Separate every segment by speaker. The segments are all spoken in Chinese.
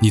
Speaker 1: 你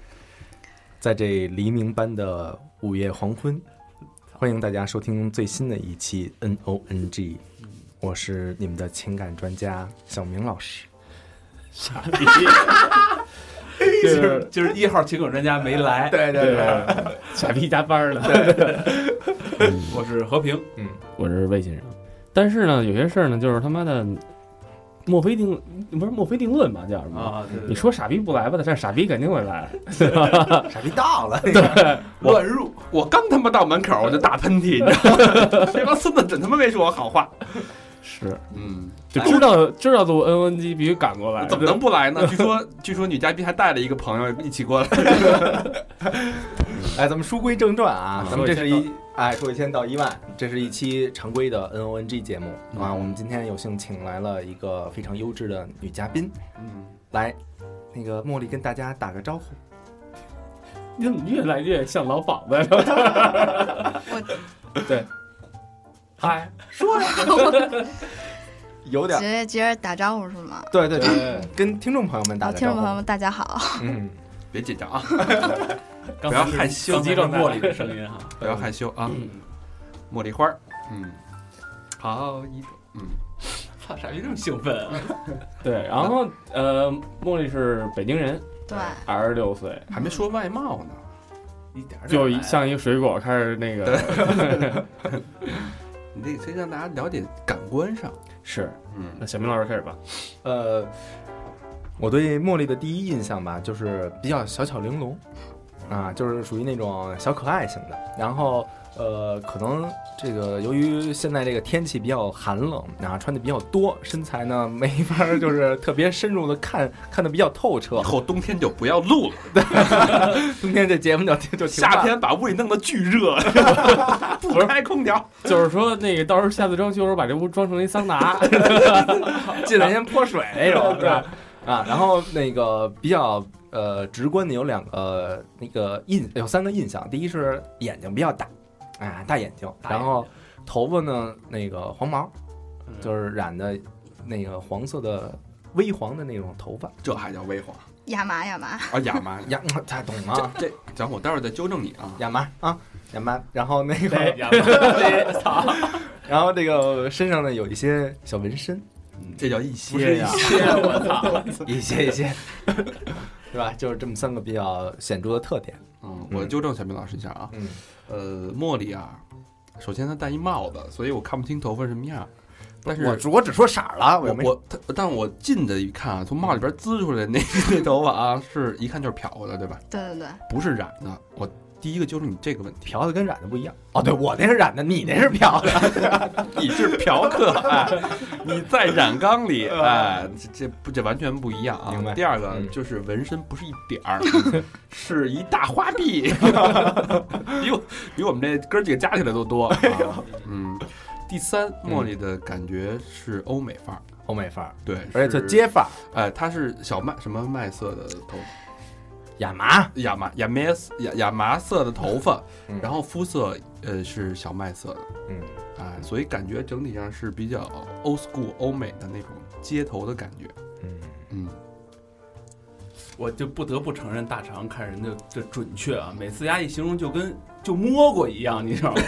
Speaker 2: 在这黎明般的午夜黄昏，欢迎大家收听最新的一期 N O N G，我是你们的情感专家小明老师。
Speaker 3: 就是就是一号情感专家没来，
Speaker 2: 对对对，
Speaker 4: 傻逼加班了。
Speaker 3: 我是和平，嗯
Speaker 4: 我是魏先生，但是呢，有些事儿呢，就是他妈的墨菲定不是墨菲定论吧，叫什么？
Speaker 3: 啊，对对对
Speaker 4: 你说傻逼不来吧，但是傻逼肯定会 来，对吧？
Speaker 2: 傻逼到了，
Speaker 3: 乱入，我刚他妈到门口我就打喷嚏，你知 道吗？这帮孙子真他妈没说我好话，
Speaker 4: 是，
Speaker 3: 嗯，
Speaker 4: 就知道知道录 N N G 必须赶过来，
Speaker 3: 怎么能不来呢？据说据说女嘉宾还带了一个朋友一起过来，
Speaker 2: 哎，咱们书归正传啊，
Speaker 4: 嗯
Speaker 2: 咱们这是一哎说一千道一万，这是一期常规的 N O N G 节目
Speaker 3: 嗯
Speaker 2: 啊。我们今天有幸请来了一个非常优质的女嘉宾，
Speaker 3: 嗯，
Speaker 2: 来，那个茉莉跟大家打个招呼。
Speaker 4: 你怎么越来越像老鸨 子了？对，嗨，
Speaker 2: 有
Speaker 5: 直
Speaker 2: 点，
Speaker 5: 接直接打招呼是吗？
Speaker 2: 对对对，
Speaker 4: 对，
Speaker 2: 跟听众朋友们打
Speaker 5: 好，
Speaker 2: 个
Speaker 5: 啊听
Speaker 2: 招
Speaker 5: 众
Speaker 2: 呼。
Speaker 5: 朋友们，大家好。
Speaker 2: 嗯，
Speaker 3: 别紧张啊，
Speaker 4: 不
Speaker 3: 不要害羞
Speaker 4: 刚才是
Speaker 3: 刚才是
Speaker 4: 茉莉的声音哈，
Speaker 3: 不要害羞啊，茉莉花儿，嗯，好一朵，嗯，
Speaker 4: 操，傻逼这么兴奋啊！ 对，然后呃，茉莉是北京人，
Speaker 5: 对，
Speaker 4: 二十六岁，
Speaker 3: 还没说外貌呢，一点儿点儿
Speaker 4: 就
Speaker 3: 来
Speaker 4: 像一个水果开始那个。
Speaker 3: 你得先让大家了解感官上，
Speaker 4: 是，
Speaker 3: 嗯，
Speaker 4: 那小明老师开始吧。
Speaker 2: 呃，我对茉莉的第一印象吧，就是比较小巧玲珑，啊，就是属于那种小可爱型的。然后，呃，可能这个由于现在这个天气比较寒冷，啊，穿的比较多，身材呢没法儿就是特别深入的看看的比较透彻
Speaker 3: 以。后冬天就不要录了，
Speaker 2: 今天这节目就就停办
Speaker 3: 夏天把屋里弄得巨 热，不开空调。
Speaker 4: 就是说，那个到时候下次装修时候把这屋装成一桑拿，
Speaker 2: 进来先泼水那种，是吧？哎啊，然后那个比较呃直观的有两个那个印有三个印象，第一是眼睛比较大，啊大眼睛，嗯然后头发呢那个黄毛，就是染的那个黄色的微黄的那种头发
Speaker 3: 这还叫微黄
Speaker 5: 亚麻亚麻，
Speaker 3: 啊？亚麻
Speaker 2: 呀，他懂
Speaker 3: 这
Speaker 2: 啊，
Speaker 3: 这，咱我待会儿再纠正你啊。
Speaker 2: 亚麻啊亚麻，然后那
Speaker 4: 哎
Speaker 2: 个
Speaker 4: 对，操，
Speaker 2: 然后这个身上呢有一些小纹身，
Speaker 3: 这叫嗯一
Speaker 4: 不是
Speaker 3: 些
Speaker 4: 一
Speaker 3: 呀，
Speaker 4: 些，我操，
Speaker 2: 一些一些， 对吧？就是这么三个比较显著的特点，
Speaker 3: 嗯，我纠正小明老师一下啊。
Speaker 2: 嗯。
Speaker 3: 呃，茉莉啊，首先她戴一帽子，所以我看不清头发什么样。但是
Speaker 2: 我只我只说色儿了，
Speaker 3: 我
Speaker 2: 我没
Speaker 3: 我，她但我近的一看啊，从帽里边滋出来那 那头发啊，是一看就是漂过的，对吧？
Speaker 5: 对对对，
Speaker 3: 不是染的。我第一个纠正你这个问题，
Speaker 2: 漂的跟染的不一样。哦，对我那是染的，你那是漂的。
Speaker 3: 你是嫖客，哎，你在染缸里，哎，这这不这完全不一样啊。
Speaker 2: 明白
Speaker 3: 第二个
Speaker 2: 嗯
Speaker 3: 就是纹身不是一点 儿，是一大花臂，比我比我们这哥几个加起来都多。
Speaker 2: 哎
Speaker 3: 啊、嗯，第三，茉莉的感觉是欧美范儿，
Speaker 2: 欧美范儿，
Speaker 3: 对，
Speaker 2: 而且
Speaker 3: 是
Speaker 2: 特，街范儿，
Speaker 3: 哎，它是小麦什么麦色的头发，
Speaker 2: 亚麻，
Speaker 3: 亚麻亚麻亚亚麻色的头发，
Speaker 2: 嗯
Speaker 3: 然后肤色呃是小麦色的。
Speaker 2: 嗯，
Speaker 3: 啊，所以感觉整体上是比较 old school 欧美的那种街头的感觉。
Speaker 2: 嗯，
Speaker 3: 嗯，
Speaker 6: 我就不得不承认，大肠看人就就准确啊，每次丫一形容就跟就摸过一样，你知道吗？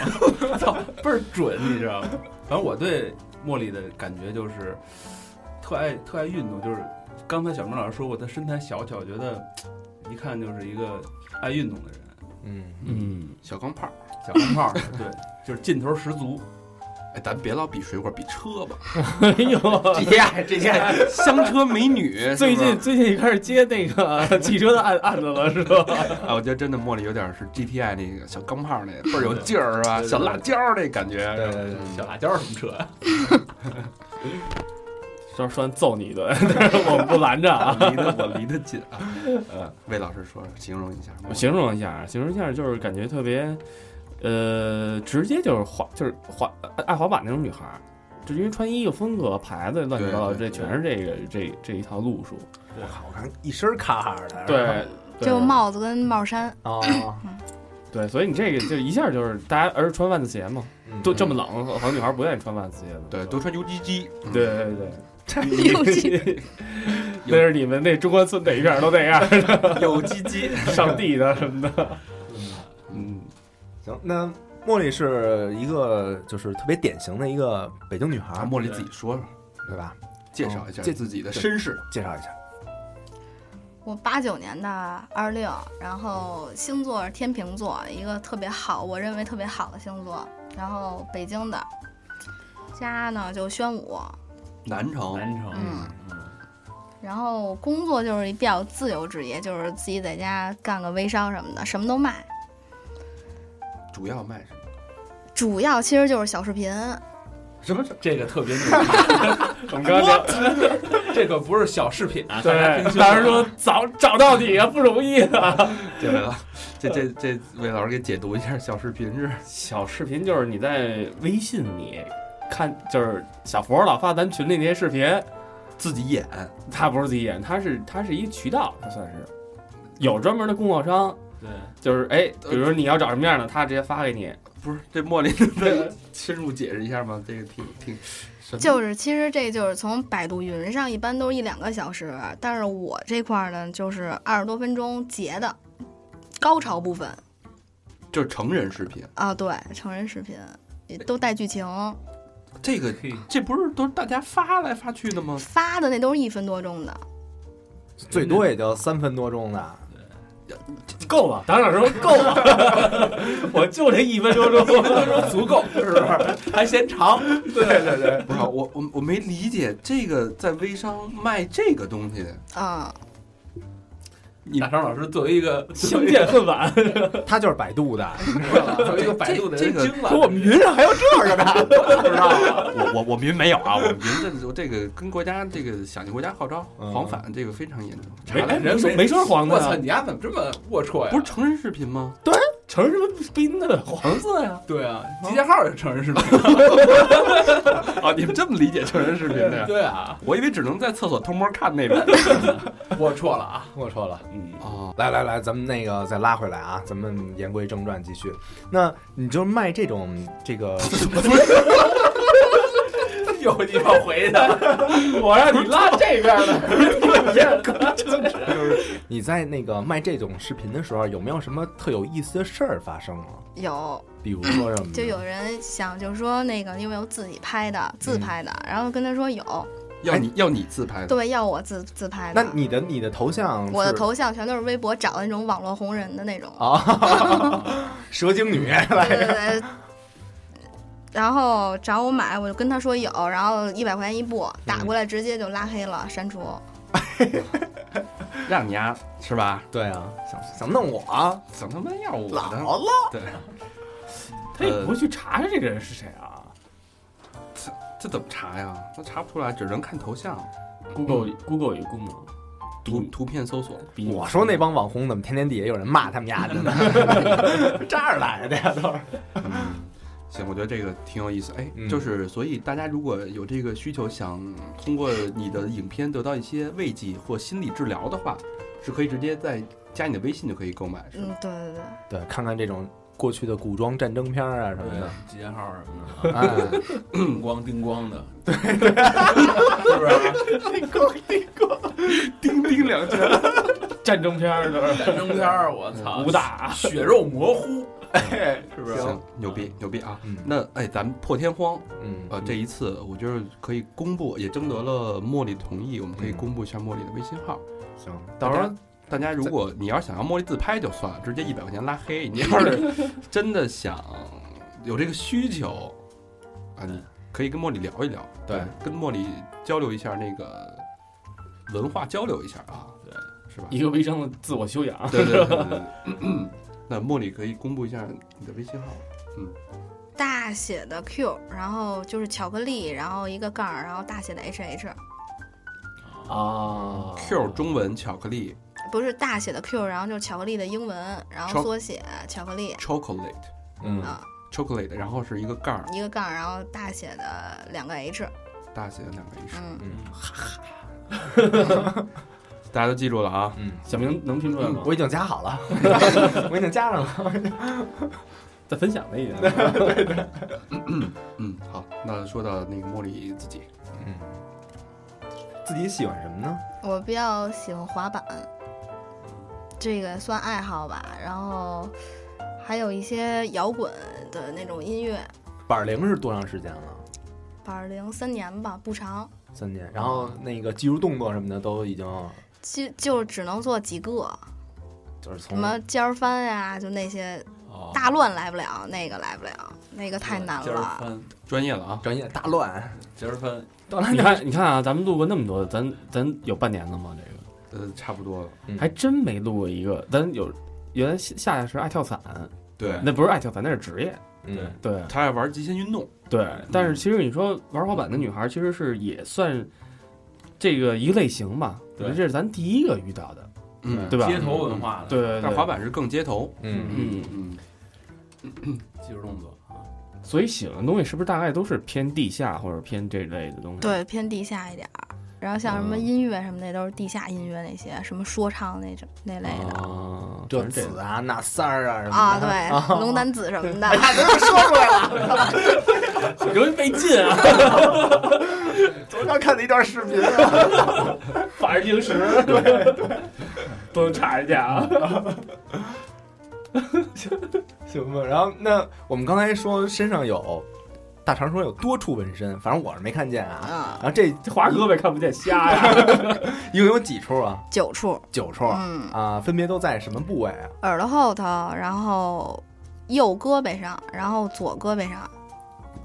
Speaker 6: 操，倍儿准，你知道吗？反正我对茉莉的感觉就是特爱特爱运动，就是刚才小明老师说过，她身材小巧，我觉得一看就是一个爱运动的人，
Speaker 2: 嗯，
Speaker 4: 嗯，
Speaker 3: 小钢炮儿，
Speaker 6: 小钢炮儿，对，就是劲头十足。
Speaker 3: 哎，咱别老比水果，比车吧。
Speaker 4: 哎 呦，
Speaker 2: 这些这些，
Speaker 3: 哎香车美 女，是不是
Speaker 4: 最近最近开始接那个汽车的案案子了，是吧？
Speaker 3: 啊，我觉得真的茉莉有点是 GTI 那个小钢炮儿那倍儿有劲儿是啊吧？小辣椒儿那感觉。
Speaker 2: 对对对
Speaker 3: 嗯
Speaker 6: 小辣椒儿什么车啊？
Speaker 4: 要是说揍你一顿， 但是我们不拦着啊。
Speaker 3: 离得我离得近啊。呃，魏老师说形容一下，
Speaker 4: 我形容一下，形容一下就是感觉特别，呃，直接就是滑，就是滑爱滑板那种女孩儿，就因为穿衣服风格、牌子乱七八糟，
Speaker 3: 对对
Speaker 4: 这全是这个这这一套路数。
Speaker 2: 我靠，我看一身卡哈的，
Speaker 4: 对，对
Speaker 5: 就帽子跟帽衫，
Speaker 2: 啊，
Speaker 4: 对，所以你这个就一下就是大家，而且穿万字鞋嘛，
Speaker 2: 嗯
Speaker 4: 都这么冷，好多女孩不愿意穿万字鞋的。
Speaker 3: 对，都穿 UGG，嗯
Speaker 4: 对对对，嗯
Speaker 5: 又 是
Speaker 4: 那是你们那中关村哪一片儿都 那样，
Speaker 6: 有鸡鸡，
Speaker 4: 上地的什么的。
Speaker 3: 嗯，
Speaker 2: 行，那茉莉是一个就是特别典型的一个北京女孩
Speaker 3: 啊，
Speaker 2: 儿，
Speaker 3: 茉莉自己说说，
Speaker 2: 对吧？
Speaker 3: 哦介绍一下
Speaker 2: 这
Speaker 3: 自己的身世，
Speaker 2: 介绍一下，
Speaker 5: 我八九年的二六，然后星座是天秤座，一个特别好，我认为特别好的星座，然后北京的，家呢就宣武，
Speaker 3: 南城，
Speaker 6: 南城，
Speaker 5: 嗯，然后工作就是一比较自由职业，就是自己在家干个微商什么的，什么都卖。
Speaker 3: 主要卖什么？
Speaker 5: 主要其实就是小视频，
Speaker 6: 什么这个特别牛 逼，
Speaker 4: 我们刚才聊
Speaker 6: 这个不是小饰品啊，大家听
Speaker 4: 对，
Speaker 6: 清
Speaker 4: 当时
Speaker 6: 楚
Speaker 4: 说找找到你啊，不容易啊。
Speaker 3: 这位老， 这这这魏老师给解读一下小视频是
Speaker 4: 小视频就是你在微信里看，就是小佛老发咱群里那些视频，
Speaker 3: 自己演，
Speaker 4: 他不是自己演，他是他是一渠道，他算是有专门的供货商，
Speaker 6: 对，
Speaker 4: 就是哎，比如说你要找什么样的，他直接发给 你。
Speaker 3: 不是这茉莉能深入解释一下吗？这个挺挺什么
Speaker 5: 就是其实这就是从百度云上一般都是一两个小时，但是我这块儿呢就是二十多分钟截的，高潮部分
Speaker 3: 就是成人视频，
Speaker 5: 啊，对，成人视频也都带剧情，
Speaker 3: 这个
Speaker 6: 可以
Speaker 3: 这不是都是大家发来发去的吗？
Speaker 5: 发的那都是一分多钟的，
Speaker 2: 最多也就三分多钟的，
Speaker 4: 够了，当场说够了， 我就这一分钟钟，一分钟钟足够，是不是？
Speaker 6: 还嫌长，
Speaker 3: 不是，我我我没理解这个在微商卖这个东西，
Speaker 5: 嗯，
Speaker 6: 大张老师作为一个
Speaker 4: 相见恨 晚，
Speaker 2: 她就是百度的，
Speaker 6: 作为一个百度的
Speaker 3: 这
Speaker 6: 人
Speaker 3: 这个
Speaker 6: 惊了，
Speaker 2: 说我们云上还有这个 呢，不知道啊。
Speaker 3: 我我我们云没有 啊，我们云这这个跟国家这个响应国家号召黄反这个非常严重，查
Speaker 4: 没
Speaker 3: 来
Speaker 4: 哎人说没说黄的
Speaker 6: 我
Speaker 4: 啊
Speaker 6: 操，，你丫怎么这么龌龊呀？
Speaker 3: 不是成人视频吗？
Speaker 4: 成什么冰 的黄色呀？
Speaker 6: 对啊，集结号也承认是吧？
Speaker 3: 啊，你们这么理解成人视 频的呀？
Speaker 6: 对啊，
Speaker 3: 我以为只能在厕所偷摸看那种。
Speaker 6: 龌龊了啊！
Speaker 2: 我说了，
Speaker 4: 嗯，
Speaker 3: 哦，
Speaker 2: 来来来，咱们那个再拉回来啊，咱们言归正传，继续。那你就卖这种这 个，
Speaker 6: 有地方回的，
Speaker 4: 我让你拉这边的，
Speaker 2: 就是你在那个卖这种视频的时候，有没有什么特有意思的事儿发生啊？
Speaker 5: 有
Speaker 2: 比如说什么呢？
Speaker 5: 就有人想就说那个因为我自己拍的
Speaker 2: 嗯
Speaker 5: 自拍的，然后跟他说有，
Speaker 3: 要你要你自拍的，
Speaker 5: 对，要我自自拍
Speaker 2: 那
Speaker 5: 的。
Speaker 2: 你的你的头像是，
Speaker 5: 我的头像全都是微博找的那种网络红人的那种，
Speaker 2: 蛇精女，
Speaker 5: 对对对。呃 然后找我买，我就跟他说有，然后一百块钱一部，打过来直接就拉黑了，删除。
Speaker 3: 让你丫是吧？
Speaker 2: 对啊，想想弄我啊，
Speaker 3: 怎么他妈要我的？
Speaker 2: 姥姥，
Speaker 3: 对，
Speaker 4: 他也不会去查查这个人是谁啊
Speaker 3: 这怎么查呀？那查不出来，只能看头像、
Speaker 4: ？Google Google 有一个功能，
Speaker 3: 图图片搜索。
Speaker 4: 比
Speaker 2: 我说那帮网红怎么天天底下有人骂他们家的呢？ 这儿来的呀，都是。
Speaker 3: 嗯，行，我觉得这个挺有意思。哎，
Speaker 2: 嗯
Speaker 3: 就是所以大家如果有这个需求，想通过你的影片得到一些慰藉或心理治疗的话，是可以直接在加你的微信就可以购买，是吧？
Speaker 5: 嗯，对对对。
Speaker 2: 对，看看这种过去的古装战争片儿啊什么的。
Speaker 6: 哎集结号什么的。
Speaker 2: 哎，
Speaker 6: 叮咣叮咣的，对对， 是不是？
Speaker 3: 叮叮两句，
Speaker 4: 战争片儿的
Speaker 6: 战争片儿，我操，
Speaker 4: 武打，
Speaker 6: 血肉模糊，是不是？
Speaker 3: 行，牛逼牛逼啊！
Speaker 2: 嗯
Speaker 3: 那哎，咱们破天荒，
Speaker 2: 嗯
Speaker 3: 呃，这一次我觉得可以公布，也征得了茉莉同意，我们可以
Speaker 2: 嗯
Speaker 3: 公布一下茉莉的微信号。
Speaker 2: 行，
Speaker 3: 到
Speaker 2: 哎到
Speaker 3: 时
Speaker 2: 时
Speaker 3: 候
Speaker 2: 候
Speaker 3: 大家如果你要是想要茉莉自拍就算了，直接一百块钱拉黑。你要是真的想有这个需求啊，你可以跟茉莉聊一聊，
Speaker 2: 对，
Speaker 3: 跟茉莉交流一下那个文化交流一下啊，对，是吧？
Speaker 4: 一个微商的自我修养。
Speaker 3: 对对对对对。那茉莉可以公布一下你的微信号，
Speaker 5: 大写的 Q，然后就是巧克力，然后一个杠，然后大写的 H H，
Speaker 4: 哦
Speaker 2: 啊
Speaker 3: Q 中文巧克力
Speaker 5: 不是大写的 Q，然后就是巧克力的英文，然后
Speaker 3: 巧
Speaker 5: 缩写巧克力
Speaker 3: chocolate
Speaker 2: 嗯
Speaker 5: 啊，
Speaker 3: chocolate，然后是一个盖儿，
Speaker 5: 一个杠，然后大写的两个 H，
Speaker 3: 大写的两个一竖，
Speaker 5: 嗯，
Speaker 3: 大家都记住了啊。
Speaker 2: 嗯，
Speaker 4: 小明能听出来吗？
Speaker 2: 我已经加好 了，我已经加上了。
Speaker 4: 在分享呢 已经。
Speaker 3: 嗯，好，那说到那个茉莉自己，
Speaker 2: 嗯，自己喜欢什么呢？
Speaker 5: 我比较喜欢滑板，这个算爱好吧。然后还有一些摇滚的那种音乐，
Speaker 2: 板龄是多长时间了？
Speaker 5: 板零三年吧，不长，
Speaker 2: 三年。然后那个技术动作什么的都已经
Speaker 5: 就就只能做几
Speaker 6: 哦
Speaker 5: 个，
Speaker 2: 就是
Speaker 5: 什
Speaker 2: 从
Speaker 5: 么尖儿翻呀、就那些
Speaker 2: 哦
Speaker 5: 大乱来不了，那个来不了，那个太难
Speaker 6: 尖儿
Speaker 5: 了。
Speaker 6: 翻，
Speaker 3: 专业了啊。
Speaker 2: 专业大乱，
Speaker 6: 尖儿翻，
Speaker 2: 到了
Speaker 4: 你看，你看啊，咱们录过那么多，咱咱有半年了吗？这个
Speaker 3: 呃，差不多了。
Speaker 2: 嗯
Speaker 4: 还真没录过一个。咱有原来夏夏夏是爱跳伞，
Speaker 3: 对，
Speaker 4: 那不是爱跳伞，那是职业。
Speaker 2: 对
Speaker 4: 哎
Speaker 2: 嗯
Speaker 4: 对
Speaker 3: 他爱玩极限运动，
Speaker 4: 对，但是其实你说玩滑板的女孩，其实是也算这个一个类型吧。
Speaker 6: 对
Speaker 4: 我觉得这是咱第一个遇到的，
Speaker 3: 嗯，
Speaker 4: 对吧
Speaker 6: 街头文化的，
Speaker 4: 对，对，
Speaker 3: 但滑板是更街头。
Speaker 2: 嗯，
Speaker 4: 嗯
Speaker 3: 嗯，
Speaker 6: 技术动作啊，
Speaker 4: 所以喜欢的东西是不是大概都是偏地下或者偏这类的东西？，
Speaker 5: 对，偏地下一点儿。然后像什么
Speaker 4: 嗯
Speaker 5: 音乐什么的，都是地下音乐那些，什么说唱那种那类的。
Speaker 6: 哦
Speaker 4: 啊，
Speaker 2: 这
Speaker 4: 反正这
Speaker 2: 子啊，那三儿啊什
Speaker 5: 啊，
Speaker 2: 么的，
Speaker 5: 对，龙丹子什么的，
Speaker 4: 容易被禁啊，
Speaker 2: 昨天看的一段视频啊，
Speaker 4: 法制进行时，不能查人家啊。
Speaker 2: 行吧。然后那我们刚才说身上有大肠说有多处纹身，反正我是没看见啊。
Speaker 5: 嗯
Speaker 2: 然，后这
Speaker 4: 这华哥呗，看不见瞎呀。
Speaker 2: 一共有几处啊？
Speaker 5: 九处，
Speaker 2: 九处
Speaker 5: 嗯，
Speaker 2: 啊，分别都在什么部位啊？
Speaker 5: 耳朵后头，然后右胳膊上，然后左胳膊上，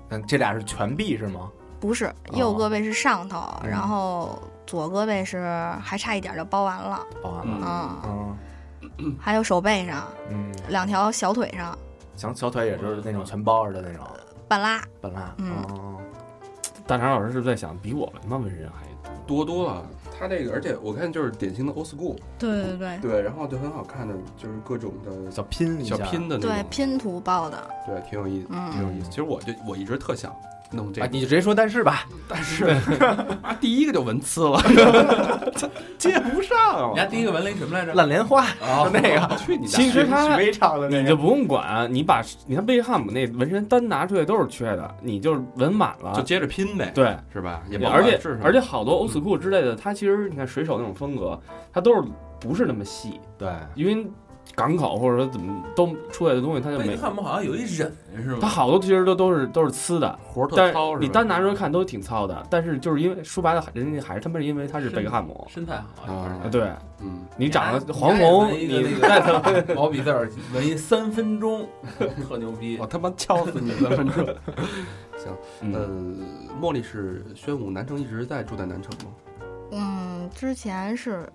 Speaker 2: 嗯，这俩是全臂是吗？
Speaker 5: 不是右胳膊是上头，
Speaker 3: 哦嗯
Speaker 5: 然后左胳膊是还差一点就包完了，
Speaker 2: 包完了。
Speaker 3: 嗯
Speaker 5: 嗯，
Speaker 2: 嗯
Speaker 5: 还有手背上，
Speaker 2: 嗯，
Speaker 5: 两条小腿上
Speaker 2: 小小腿也就是那种全包着的那种，
Speaker 5: 半拉，
Speaker 2: 本来
Speaker 5: 嗯
Speaker 2: 哦，
Speaker 4: 大肠老师是不是在想，比我们他妈纹身还多？
Speaker 3: 多多了。他这个，而且我看就是典型的 old school，
Speaker 5: 对对对，
Speaker 3: 对，然后就很好看的，就是各种的
Speaker 2: 小拼一
Speaker 3: 小
Speaker 2: 下，
Speaker 3: 拼的那
Speaker 5: 对
Speaker 3: 种，
Speaker 5: 拼图包的，
Speaker 3: 对，挺有意思，
Speaker 5: 嗯
Speaker 3: 挺有意思。其实我就我一直特想弄这
Speaker 2: 啊，
Speaker 3: 个，
Speaker 2: 你就直接说但是吧，
Speaker 3: 但是妈第一个就纹刺了， 接不上 哦
Speaker 6: 你家第一个纹了一什么来着？
Speaker 2: 烂莲花
Speaker 6: 啊，
Speaker 2: 那个，
Speaker 3: 去你
Speaker 4: 其实他
Speaker 2: 许巍唱的那
Speaker 4: 你
Speaker 2: 个
Speaker 4: 就，不用管，你把你看贝克汉姆那纹身单拿出来都是缺的，你就是纹满
Speaker 3: 就
Speaker 4: 了。
Speaker 3: 接着拼呗，
Speaker 4: 对，
Speaker 3: 是吧？也
Speaker 4: 而且而且
Speaker 3: 且
Speaker 4: 好多欧 school 之类的，它其实你看水手那种风格，它都是不是那么细，
Speaker 2: 对，
Speaker 4: 因为港口或者说怎么都出来的东西，它就
Speaker 6: 贝
Speaker 4: 没
Speaker 6: 克。汉姆好像有一忍是
Speaker 4: 它
Speaker 6: 吗？
Speaker 4: 好多其实都都是都是呲的，
Speaker 3: 活儿特
Speaker 4: 但
Speaker 3: 糙，
Speaker 4: 是你
Speaker 3: 是吧
Speaker 4: 单拿出来看都挺糙的，但是就是因为说白了，人家还是他们是因为他是
Speaker 6: 是
Speaker 4: 贝克汉姆，
Speaker 6: 身材好
Speaker 3: 啊
Speaker 6: 啊，
Speaker 4: 对
Speaker 3: 嗯，
Speaker 4: 你长得
Speaker 6: 你
Speaker 4: 黄
Speaker 6: 还
Speaker 4: 宏，
Speaker 6: 纹一个
Speaker 4: 你
Speaker 6: 那个
Speaker 4: 再 他
Speaker 6: 毛笔字儿纹一三分钟，特牛逼
Speaker 3: 我。他妈敲死你了，反正。 呃
Speaker 4: 嗯，，
Speaker 3: 茉莉是宣武南城一直在住在南城吗？
Speaker 5: 嗯，之前是，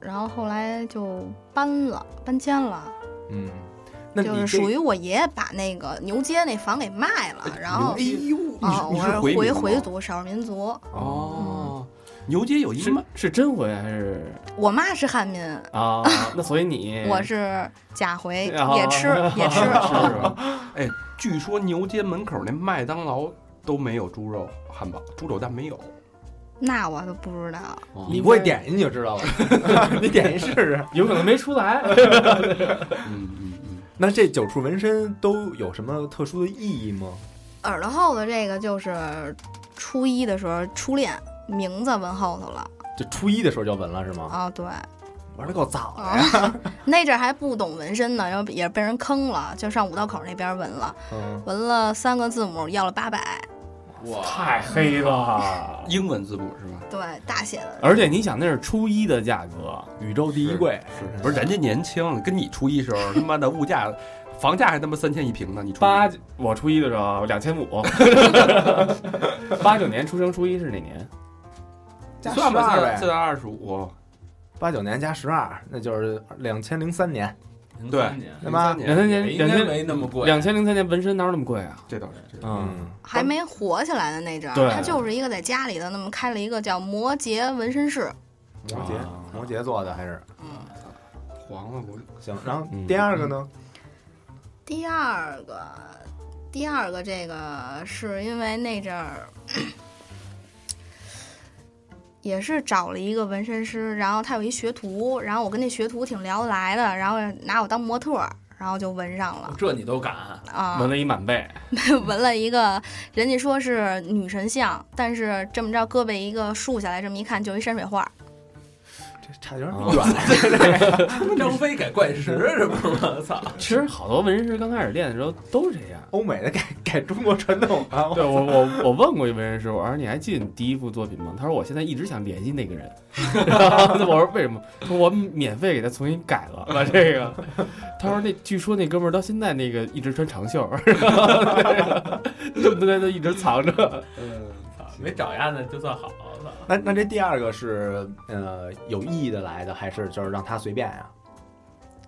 Speaker 5: 然后后来就搬了，搬迁了。
Speaker 2: 嗯，那
Speaker 5: 就
Speaker 2: 你
Speaker 5: 是
Speaker 2: 这
Speaker 5: 属于我爷爷把那个牛街那房给卖了，然后
Speaker 3: 哎呦，
Speaker 5: 哦，
Speaker 3: 你
Speaker 5: 我
Speaker 3: 是
Speaker 5: 是
Speaker 3: 回
Speaker 5: 回
Speaker 3: 吗
Speaker 5: 回族少数民族，
Speaker 3: 哦，牛街有一
Speaker 4: 是
Speaker 3: 卖
Speaker 4: 是真回还是
Speaker 5: 我妈是汉民，
Speaker 4: 啊？那所以你
Speaker 5: 我是假回，
Speaker 4: 啊
Speaker 5: 也吃也吃，
Speaker 3: 哎，据说牛街门口那麦当劳都没有猪肉汉堡，猪肘蛋没有。
Speaker 5: 那我都不知道。
Speaker 2: 哦你不会点一你就知道了， 你点一试试。
Speaker 4: 有可能没出来。
Speaker 3: 嗯嗯嗯，
Speaker 2: 那这九处纹身都有什么特殊的意义吗？
Speaker 5: 耳朵后头这个就是初一的时候初恋，名字纹后头了
Speaker 2: 就初一的时候就纹了是吗？
Speaker 5: 啊、对，
Speaker 2: 玩的够早的
Speaker 5: 啊
Speaker 2: 呀，
Speaker 5: 那阵儿还不懂纹身呢，然后也被人坑了，就上五道口那边纹了，
Speaker 2: 嗯，
Speaker 5: 纹了三个字母，要了八百，
Speaker 6: 哇，
Speaker 4: 太黑了。
Speaker 3: 英文字母是吧？
Speaker 5: 对，大写的，
Speaker 4: 而且你想，那是初一的价格，
Speaker 2: 宇宙第一贵
Speaker 3: 是不是人家年轻，跟你初一时候他妈的物价，房价还他妈三千一平呢，你初一
Speaker 4: 八我初一的时候两千五，八九年出生，初一是哪年？
Speaker 2: 加
Speaker 3: 算
Speaker 2: 十
Speaker 3: 吧，
Speaker 2: 二
Speaker 3: 现在现
Speaker 2: 呗，
Speaker 3: 在二十五，
Speaker 2: 八九年加十二，那就是两千零三年，
Speaker 6: 零
Speaker 3: 对
Speaker 6: 三年
Speaker 2: 对吧？
Speaker 4: 两千年
Speaker 6: 应
Speaker 4: 两
Speaker 6: 该
Speaker 4: 千
Speaker 6: 没那么贵，
Speaker 4: 两千零三年纹身哪有那么贵啊？
Speaker 3: 这倒是，这倒是
Speaker 2: 嗯，
Speaker 5: 还没火起来的那阵
Speaker 4: 对
Speaker 5: 儿，他就是一个在家里的那么开了一个叫摩羯纹身室，
Speaker 4: 嗯
Speaker 2: 摩羯
Speaker 3: 啊
Speaker 2: 摩羯座的还是
Speaker 5: 嗯，
Speaker 3: 黄了我
Speaker 2: 行。然后
Speaker 4: 嗯
Speaker 2: 第二个呢，
Speaker 5: 第二个，第二个这个是因为那阵儿。嗯也是找了一个纹身师，然后他有一学徒，然后我跟那学徒挺聊得来的，然后拿我当模特儿，然后就纹上了
Speaker 6: 这你都敢？
Speaker 5: 啊。
Speaker 4: 纹了一满背，
Speaker 5: 纹了一个，人家说是女神像，但是这么着胳膊一个竖下来，这么一看就一山水画。
Speaker 2: 这差点
Speaker 4: 啊
Speaker 2: 远了。
Speaker 6: 张飞改怪石，这不是吗？操！
Speaker 4: 其实好多纹身师刚开始练的时候都是这样。
Speaker 2: 欧美的改 改中国传统啊，
Speaker 4: 对我我我问过一纹身师，我说你还记得你第一幅作品吗？他说我现在一直想联系那个人。然后我说为什么？他说我免费给他重新改了，把这个。他说那据说那哥们儿到现在那个一直穿长袖，对不对？都一直藏着。
Speaker 6: 操没找丫的就算好了。
Speaker 2: 那那这第二个是呃有意义的来的，还是就是让他随便呀？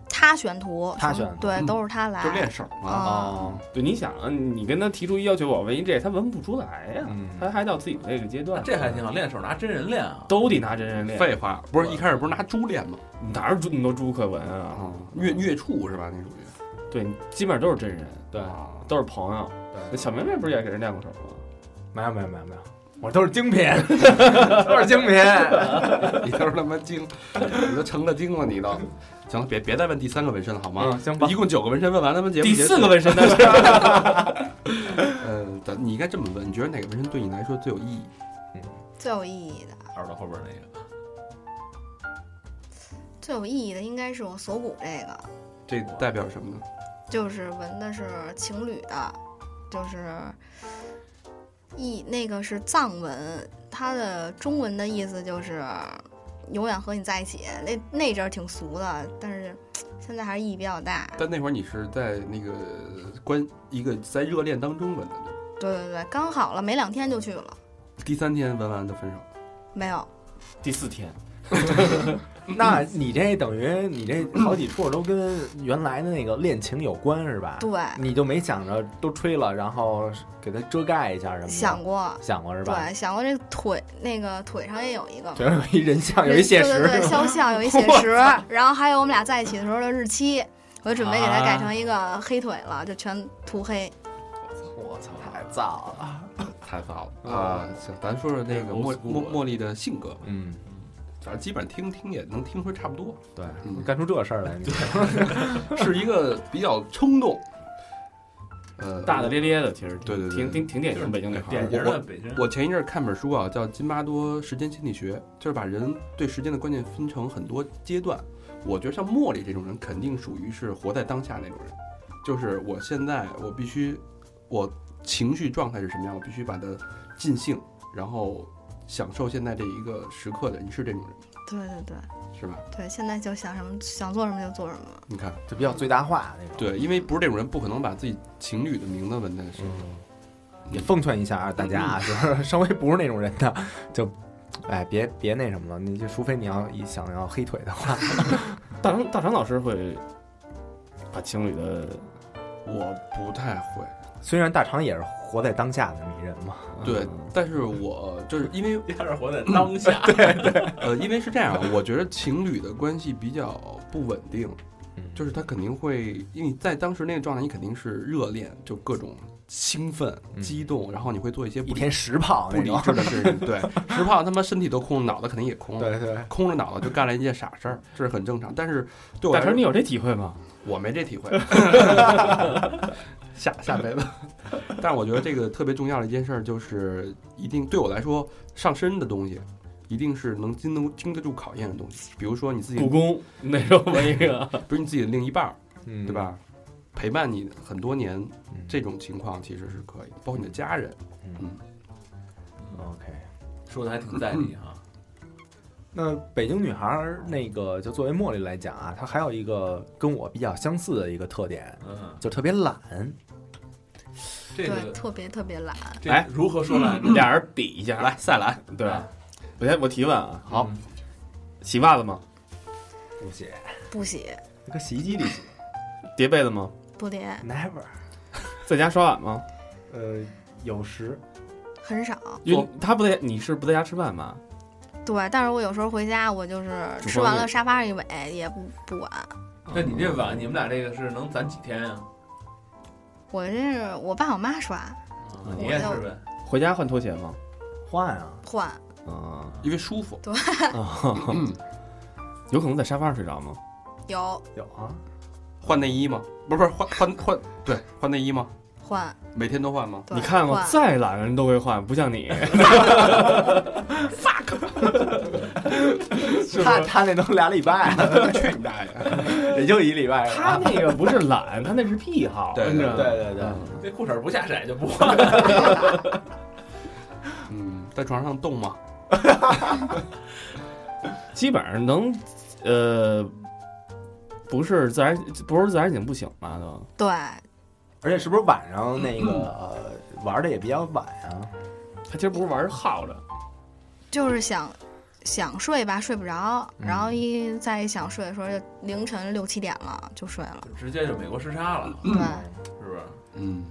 Speaker 5: 他选图，
Speaker 2: 他选图
Speaker 5: 对，
Speaker 3: 嗯
Speaker 5: 都是他来。
Speaker 3: 就练手嘛，
Speaker 5: 啊哦，
Speaker 4: 对，你想啊，你跟他提出一要求，我纹一这，他纹不出来呀、
Speaker 2: 嗯
Speaker 4: 他还到自己那个阶段，
Speaker 6: 这还挺好，练手拿真人练啊。
Speaker 4: 都得拿真人练，
Speaker 3: 废话，不是一开始不是拿猪练吗？
Speaker 4: 你哪有猪那么多猪可纹啊？
Speaker 2: 哦
Speaker 3: 啊，虐虐畜是吧？那属于
Speaker 4: 对，你基本上都是真人，
Speaker 2: 对
Speaker 3: 啊
Speaker 4: 都是朋友。那
Speaker 2: 对，
Speaker 4: 小明妹不是也给人练过手吗？
Speaker 2: 没有没有没有没有，我都是精 品，都是精 品。
Speaker 3: 你都是他妈精，你都成了精了，你都。行了，别别再问第三个纹身了，好吗
Speaker 2: 嗯，？行吧
Speaker 3: 一。共九个纹身问完，咱们节目
Speaker 4: 第
Speaker 3: 结束
Speaker 4: 四个，纹身的是
Speaker 3: 嗯，咱你应该这么问，你觉得哪个纹身对你来说最有意义？
Speaker 5: 最有意义的，
Speaker 6: 耳朵后边那个，
Speaker 5: 最有意义的应该是我锁骨这个，
Speaker 3: 这代表什么呢？
Speaker 5: 就是纹的是情侣的，就是意那个是藏文，它的中文的意思就是永远和你在一起。那那阵儿挺俗的，但是现在还是意义比较大。
Speaker 3: 但那会儿你是在那个关一个在热恋当中纹的，对吧
Speaker 5: 对对对，刚好了，没两天就去了，
Speaker 3: 第三天纹完就分手。
Speaker 5: 没有。
Speaker 4: 第四天，
Speaker 2: 嗯那你这等于你这好几处都跟原来的那个恋情有关是吧？
Speaker 5: 对，
Speaker 6: 啊
Speaker 2: 你就没想着都吹了，然后给它遮盖一下什么的？
Speaker 5: 想过，
Speaker 2: 想过是吧？
Speaker 5: 对，想过这腿那个腿上也有一个嘛，
Speaker 2: 觉得有一人 像，有一写
Speaker 5: 对对对，
Speaker 2: 实，
Speaker 5: 肖像有一写实，然后还有我们俩在一起的时候的日期，我就准备给它改成一个黑腿了，就全涂黑。
Speaker 2: 我操，太燥了。
Speaker 3: 太糟了啊！行，咱说说那个茉
Speaker 6: Old school
Speaker 3: 茉茉莉的性格，
Speaker 2: 嗯，
Speaker 3: 反正基本上听听也能听出差不多，
Speaker 2: 对，
Speaker 3: 嗯
Speaker 2: 干出这事儿来，你
Speaker 3: 是一个比较冲动，呃，
Speaker 4: 大大咧咧的，其实
Speaker 3: 对对对
Speaker 4: 挺挺挺典型北京女孩
Speaker 6: 典
Speaker 4: 儿。
Speaker 6: 型的北京人。
Speaker 3: 我前一阵儿看本书啊，叫《津巴多时间心理学》，就是把人对时间的观念分成很多阶段。我觉得像茉莉这种人，肯定属于是活在当下那种人，就是我现在我必须，我情绪状态是什么样，我必须把它尽兴，然后享受现在这一个时刻的。你是这种人
Speaker 5: 对对对
Speaker 3: 是吧？
Speaker 5: 对，现在就想什么想做什么就做什么。
Speaker 3: 你看，
Speaker 2: 就比较最大化那种。
Speaker 3: 对，因为不是这种人，不可能把自己情侣的名字纹在身上。
Speaker 2: 嗯，也奉劝一下啊，大家啊，就是稍微不是那种人的，就，哎，别别那什么了，你就除非你要一想要黑腿的 话，
Speaker 4: 大成大成老师会把情侣的
Speaker 3: 我不太会。
Speaker 2: 虽然大肠也是活在当下的迷人嘛，
Speaker 3: 对
Speaker 4: 嗯，
Speaker 3: 但是我就是因为
Speaker 6: 第二活在当下，
Speaker 3: 呃，因为是这样啊，我觉得情侣的关系比较不稳定，
Speaker 2: 嗯
Speaker 3: 就是他肯定会，因为你在当时那个状态，你肯定是热恋，就各种兴奋、
Speaker 2: 嗯
Speaker 3: 激动，然后你会做一些
Speaker 2: 一
Speaker 3: 不理
Speaker 2: 天十炮
Speaker 3: 不
Speaker 2: 那
Speaker 3: 理
Speaker 2: 种。
Speaker 3: 智的事 情，对，实怕他妈身体都空了，脑袋肯定也空了，
Speaker 2: 对对，
Speaker 3: 空着脑袋就干了一件傻事儿，这是很正常。但是对我
Speaker 4: 大
Speaker 3: 来说
Speaker 4: 成，你，有这体会吗？
Speaker 3: 我没这体会，下下辈子。但是我觉得这个特别重要的一件事儿，就是一定对我来说上身的东西，一定是能经得经得住考验的东西。比如说你自己，
Speaker 4: 故宫那时候纹一个，
Speaker 3: 比如你自己的另一半儿，
Speaker 2: 嗯，
Speaker 3: 对？吧？陪伴你很多年，
Speaker 2: 嗯
Speaker 3: 这种情况其实是可以，包括你的家人。
Speaker 2: 嗯，OK。嗯
Speaker 6: 说的还挺在理哈。
Speaker 2: 那北京女孩儿那个，就作为茉莉来讲啊，她还有一个跟我比较相似的一个特点，
Speaker 6: 嗯，
Speaker 2: 就特别懒。
Speaker 6: 这
Speaker 5: 对，
Speaker 6: 个
Speaker 5: 特别特别懒。
Speaker 6: 这
Speaker 4: 来
Speaker 6: 如何说来着？
Speaker 4: 俩人比一下。，
Speaker 3: 再来，
Speaker 4: 对，我先我提问啊，好
Speaker 2: 嗯，
Speaker 4: 洗袜子吗？
Speaker 2: 不洗，
Speaker 5: 不洗
Speaker 2: 搁洗衣机里洗
Speaker 4: 叠被子吗？
Speaker 5: 不叠，
Speaker 2: ，never。
Speaker 4: 在家刷碗吗？
Speaker 2: 呃，有时
Speaker 5: 很少。啊
Speaker 4: 因为他不在，你是不在家吃饭吧？
Speaker 5: 对，但是我有时候回家，我就是
Speaker 2: 主
Speaker 5: 吃
Speaker 2: 观
Speaker 5: 完
Speaker 2: 的
Speaker 5: 了沙发上一尾也不不管。
Speaker 6: 那你这碗，你们俩这个是能攒几天呀？
Speaker 5: 我这是我爸我妈刷
Speaker 6: 啊你也是呗？
Speaker 4: 回家换拖鞋吗？
Speaker 2: 换啊，
Speaker 5: 换，
Speaker 4: 啊、
Speaker 3: 因为舒服。
Speaker 4: 有可能在沙发上睡着吗？
Speaker 5: 有
Speaker 2: 有啊，
Speaker 3: 换内衣吗？不是不是，换换换，对，换内衣吗？
Speaker 5: 换。
Speaker 3: 每天都换吗？
Speaker 5: 对
Speaker 4: 你看过，
Speaker 5: 换
Speaker 4: 再懒的人都会换，不像 你。
Speaker 2: 他他那都俩礼拜，
Speaker 3: 去你大 爷！
Speaker 2: 也就一礼拜。啊
Speaker 4: 他那个不是懒，他那是癖好。
Speaker 3: 对
Speaker 4: 你知道吗
Speaker 2: 对对对，
Speaker 6: 这裤衩不下色就不换。
Speaker 3: 嗯，在床上动吗？
Speaker 4: 基本上能，呃，不是自然，不是自然醒不醒嘛都。
Speaker 5: 对，
Speaker 2: 而且是不是晚上那个呃玩的也比较晚啊？
Speaker 4: 他其实不是玩儿耗着，
Speaker 5: 就是想想睡吧，睡不着，
Speaker 2: 嗯
Speaker 5: 然后一再一想睡的时候，就凌晨六七点了就睡了。
Speaker 6: 直接就美国时差了，
Speaker 5: 对，
Speaker 6: 是不是？
Speaker 3: 嗯，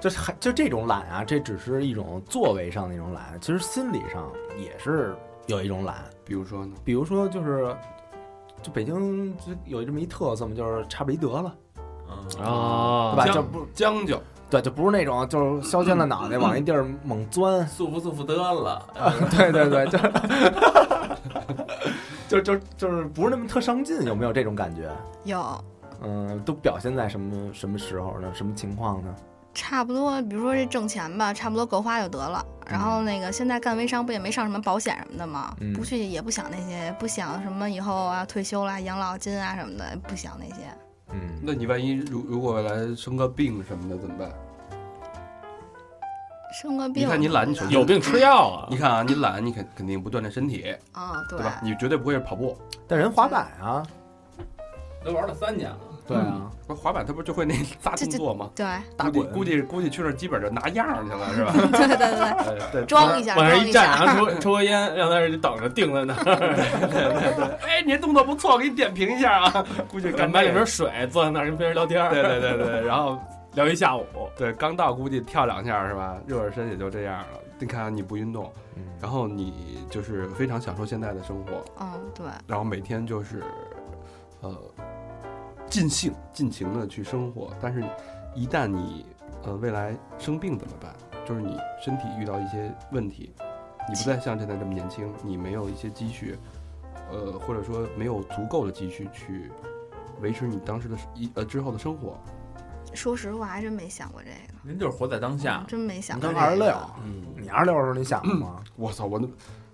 Speaker 2: 就是还就这种懒啊，这只是一种作为上的一种懒，其实心理上也是有一种懒。
Speaker 3: 比如说呢？
Speaker 2: 比如说就是，就北京就有这么一特色嘛，就是差不离得了，
Speaker 6: 嗯
Speaker 4: 啊
Speaker 2: 对吧？
Speaker 3: 将
Speaker 2: 就不
Speaker 3: 将就，
Speaker 2: 对，就不是那种就是削尖了脑袋往一地儿猛钻，
Speaker 6: 束缚束缚得了，
Speaker 2: 对对对，就就就就是不是那么特上进，有没有这种感觉？
Speaker 5: 有
Speaker 2: 嗯，都表现在什么什么时候呢？什么情况呢？
Speaker 5: 差不多，比如说这挣钱吧，差不多够花就得了。然后那个现在干微商不也没上什么保险什么的吗？
Speaker 2: 嗯
Speaker 5: 不去也不想那些，不想什么以后啊退休啦、养老金啊什么的，不想那些。
Speaker 2: 嗯，
Speaker 3: 那你万一如如果未来生个病什么的怎么办？
Speaker 5: 生个病
Speaker 3: 你
Speaker 5: 什么的，
Speaker 3: 看你懒，你首先
Speaker 4: 有病吃药啊
Speaker 5: 嗯
Speaker 3: 你。看啊，你懒，你肯肯定不锻炼身体，
Speaker 5: 啊、对
Speaker 3: 对吧？你绝对不会是跑步。
Speaker 2: 但人滑板啊，
Speaker 6: 都玩了三年了，
Speaker 2: 对啊，
Speaker 3: 不是滑板，它不是就会那 仨动作吗？
Speaker 5: 对
Speaker 2: 这
Speaker 3: 估
Speaker 2: 这
Speaker 3: 计估计估计去那儿基本就拿样儿去了，是吧？
Speaker 5: 对对对
Speaker 3: 哎
Speaker 5: 对，装一下，
Speaker 4: 往那儿
Speaker 5: 装
Speaker 4: 一
Speaker 5: 一
Speaker 4: 站，啊
Speaker 5: 下，
Speaker 4: 然后抽抽根烟，让在那儿就等着定在那儿，
Speaker 3: 哎，你这动作不错，我给你点评一下啊。 估计刚
Speaker 4: 买两瓶水，坐在那儿跟别人聊天儿，
Speaker 3: 对对对对，然后
Speaker 4: 聊一下午。
Speaker 3: 对刚到估计跳两下是吧？热热身也就这样了。你看啊你不运动，
Speaker 2: 嗯
Speaker 3: 然后你就是非常享受现在的生活，
Speaker 5: 嗯，对，
Speaker 3: 然后每天就是，呃，尽兴尽情的去生活。但是，一旦你呃未来生病怎么办？就是你身体遇到一些问题，你不再像现在这么年轻，你没有一些积蓄，呃，或者说没有足够的积蓄去维持你当时的一呃之后的生活。
Speaker 5: 说实话还真没想过这个，
Speaker 6: 您就是活在当下。
Speaker 5: 真没想
Speaker 2: 你
Speaker 5: 过、
Speaker 2: 刚
Speaker 5: 这个。
Speaker 2: 二十六，
Speaker 4: 嗯，
Speaker 2: 你二十六的时候你想过吗？
Speaker 3: 我操，我那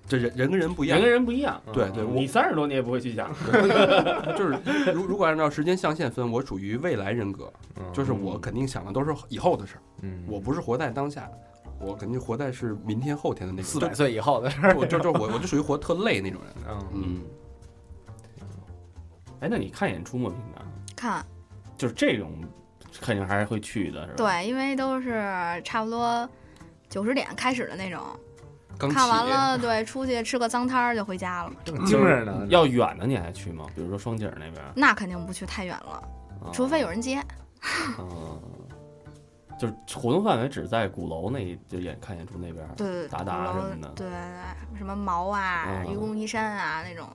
Speaker 3: 这人人跟人不一样
Speaker 4: 人，跟人不一样。
Speaker 3: 对对，我
Speaker 4: 你三十多，你也不会去想。
Speaker 3: 就是如如果按照时间象限分，我属于未来人格，
Speaker 2: 嗯
Speaker 3: 就是我肯定想的都是以后的事儿。
Speaker 2: 嗯，
Speaker 3: 我不是活在当下，我肯定活在是明天后天的那个。
Speaker 2: 四百岁以后的事儿，
Speaker 3: 就，我就就我我就属于活特累那种人。
Speaker 2: 嗯，
Speaker 3: 嗯，
Speaker 4: 哎，那你看演出吗？平常
Speaker 5: 看，
Speaker 4: 就是这种，肯定还是会去的，是吧？。
Speaker 5: 对，因为都是差不多九十点开始的那种，
Speaker 3: 刚起
Speaker 5: 看 完了，对，出去吃个脏摊儿就回家了。
Speaker 2: 正精着呢，
Speaker 4: 要远的你还去吗？比如说双井那边儿，
Speaker 5: 那肯定不去太远了，
Speaker 4: 啊
Speaker 5: 除非有人接。
Speaker 4: 嗯，就是活动范围只在鼓楼那一就演看演出那边儿。
Speaker 5: 对对对，
Speaker 4: 达达
Speaker 5: 鼓楼
Speaker 4: 什么的
Speaker 5: 对对对，什么毛啊、
Speaker 4: 嗯
Speaker 5: 愚公移山啊那种，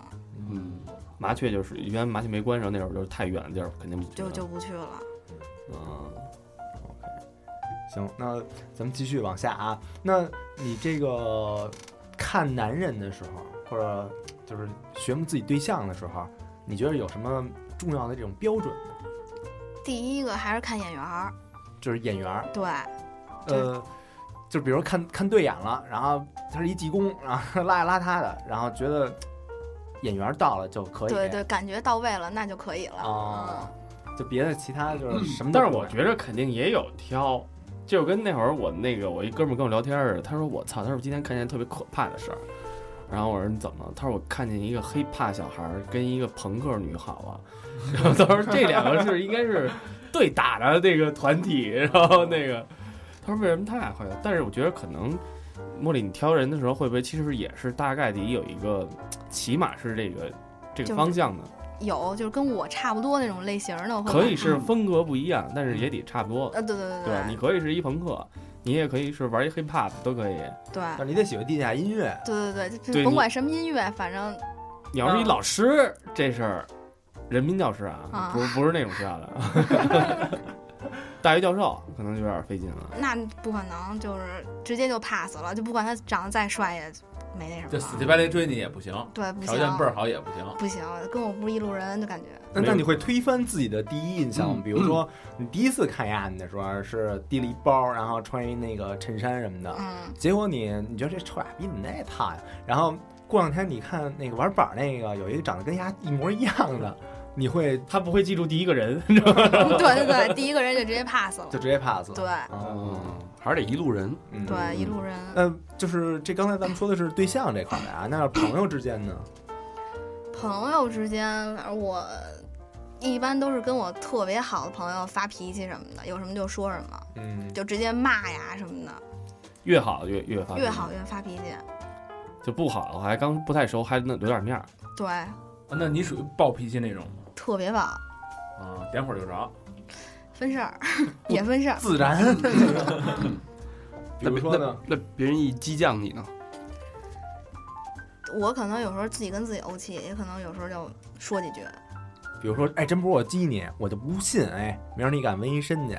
Speaker 3: 嗯，
Speaker 4: 麻雀就是原来麻雀没关上，那会儿就是太远的地儿肯定不去
Speaker 5: 就
Speaker 4: 了
Speaker 5: 就不去了。
Speaker 4: 嗯，
Speaker 2: 行，那咱们继续往下啊。那你这个看男人的时候，或者就是寻摸自己对象的时候，你觉得有什么重要的这种标准呢？
Speaker 5: 第一个还是看眼缘儿，
Speaker 2: 就是眼缘儿，
Speaker 5: 对
Speaker 2: 呃，就比如看看对眼了，然后他是一济公，然后邋里邋遢的，然后觉得眼缘儿到了就可以，
Speaker 5: 对对，感觉到位了那就可以了。
Speaker 2: 哦
Speaker 5: 嗯，
Speaker 2: 就别的其他就是什么都
Speaker 4: 但
Speaker 2: 不管。
Speaker 4: 是我觉得肯定也有挑，就跟那会儿我那个我一哥们儿跟我聊天似的，他说我操，他说我今天看见特别可怕的事儿，然后我说你怎么了？他说我看见一个黑怕小孩儿跟一个朋克女好了， 然后他说这两个是应该是对打的这个团体，然后那个他说为什么他俩会？但是我觉得可能。茉莉，你挑人的时候会不会其实也是大概得有一个，起码是这个这
Speaker 5: 就
Speaker 4: 个
Speaker 5: 是
Speaker 4: 方向的，
Speaker 5: 有就是跟我差不多那种类型的，我会嗯
Speaker 4: 可
Speaker 5: 买
Speaker 4: 以是风格不一样，但是也得差不多。
Speaker 5: 呃，对对对
Speaker 4: 对，你可以是一朋克，你也可以是玩一 hip hop 都可以。
Speaker 5: 对
Speaker 2: 但是你得喜欢地下音乐，
Speaker 5: 对对
Speaker 4: 对
Speaker 5: 对，就甭
Speaker 4: 你
Speaker 5: 管什么音乐，反正
Speaker 4: 你要是一老师，这事儿，人民教师
Speaker 5: 啊
Speaker 4: 啊，不是不是那种学校的， 大学教授可能就有点费劲了。
Speaker 5: 那不可能，就是直接就 pass 了，就不管他长得再帅也没那
Speaker 6: 就
Speaker 5: 什
Speaker 6: 死
Speaker 5: 么
Speaker 6: 乞
Speaker 5: 了。
Speaker 6: 白赖追你也不行，
Speaker 5: 对，不
Speaker 6: 条件
Speaker 5: 行
Speaker 6: 倍，儿好也不行。啊
Speaker 5: 不行，跟我不是一路人，就感觉
Speaker 2: 那
Speaker 4: 没有
Speaker 2: 那你会推翻自己的第一印象吗？比如说你第一次看亚你的时候是提了一包，然后穿一那个衬衫什么的，
Speaker 6: 啊
Speaker 5: 嗯，
Speaker 2: 结果你你觉得这臭傻逼怎么那胖呀？然后过两天你看那个玩板儿那个有一个长得跟丫一模一样的，你会
Speaker 4: 他不会记住第一个人，
Speaker 5: 嗯对对对，第一个人就直接 pass 了
Speaker 2: 就。直接 pass 了。
Speaker 5: 对
Speaker 2: 嗯，
Speaker 3: 嗯，还是得一路人。
Speaker 2: 嗯
Speaker 5: 对，一路人。
Speaker 2: 那就是这刚才咱们说的是对象这块的啊，那朋友之间呢？
Speaker 5: 朋友之间，反正我一般都是跟我特别好的朋友发脾气什么的，有什么就说什么，
Speaker 2: 嗯，
Speaker 5: 就直接骂呀什么
Speaker 6: 啊
Speaker 5: 的，
Speaker 4: 越好越越发
Speaker 5: 越好越发脾气。
Speaker 4: 就不好的话，还刚不太熟，还能留点面儿。
Speaker 5: 对，
Speaker 6: 啊那你属于暴脾气那种吗？
Speaker 5: 特别棒，
Speaker 6: 啊，点火就着，
Speaker 5: 分事儿 也分事儿。
Speaker 2: 自然。比
Speaker 3: 那
Speaker 2: 如
Speaker 3: 别
Speaker 2: 说呢？
Speaker 3: 那那别人一激将你呢？
Speaker 5: 我可能有时候自己跟自己怄气，也可能有时候就说几句。
Speaker 2: 比如说，哎，真不是我激你，我就不信，哎，明儿你敢纹一身去？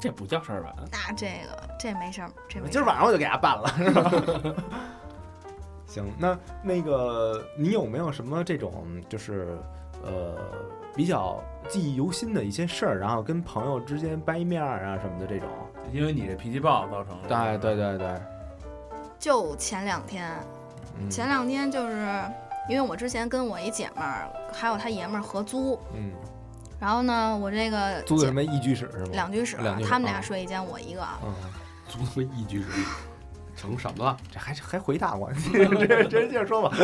Speaker 4: 这不叫事儿吧？
Speaker 5: 那这个这没事儿，这没事
Speaker 2: 今
Speaker 5: 儿
Speaker 2: 儿晚上我就给他办了，是吧？ 行，那那个你有没有什么这种就是呃比较记忆犹新的一些事儿，然后跟朋友之间掰面儿啊什么的这种？
Speaker 6: 因为你这脾气暴造成了。
Speaker 2: 对对对对，
Speaker 5: 就前两天，
Speaker 2: 嗯
Speaker 5: 前两天就是因为我之前跟我一姐们儿还有她爷们儿合租，
Speaker 2: 嗯，
Speaker 5: 然后呢，我这个
Speaker 2: 租的
Speaker 5: 姐
Speaker 2: 什么一居室是吗？
Speaker 5: 两居室，
Speaker 2: 两居室
Speaker 5: 他们
Speaker 2: 啊
Speaker 5: 俩睡一间，我一个。
Speaker 2: 嗯，
Speaker 3: 足他妈一居室，成什么了？
Speaker 2: 这还还回答我， 这这接着说吧。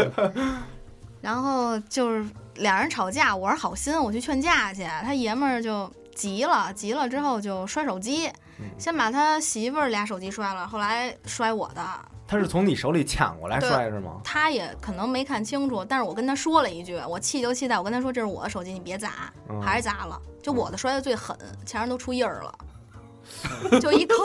Speaker 5: 然后就是俩人吵架，我是好心，我去劝架去，他爷们儿就急了，急了之后就摔手机，
Speaker 2: 嗯
Speaker 5: 先把他媳妇儿俩手机摔了，后来摔我的，
Speaker 2: 他是从你手里抢过来
Speaker 5: 对
Speaker 2: 摔是吗？
Speaker 5: 他也可能没看清楚，但是我跟他说了一句，我气就气在我跟他说这是我的手机，你别砸，
Speaker 2: 嗯
Speaker 5: 还是砸了，就我的摔的最狠，墙上都出印儿了，就一坑，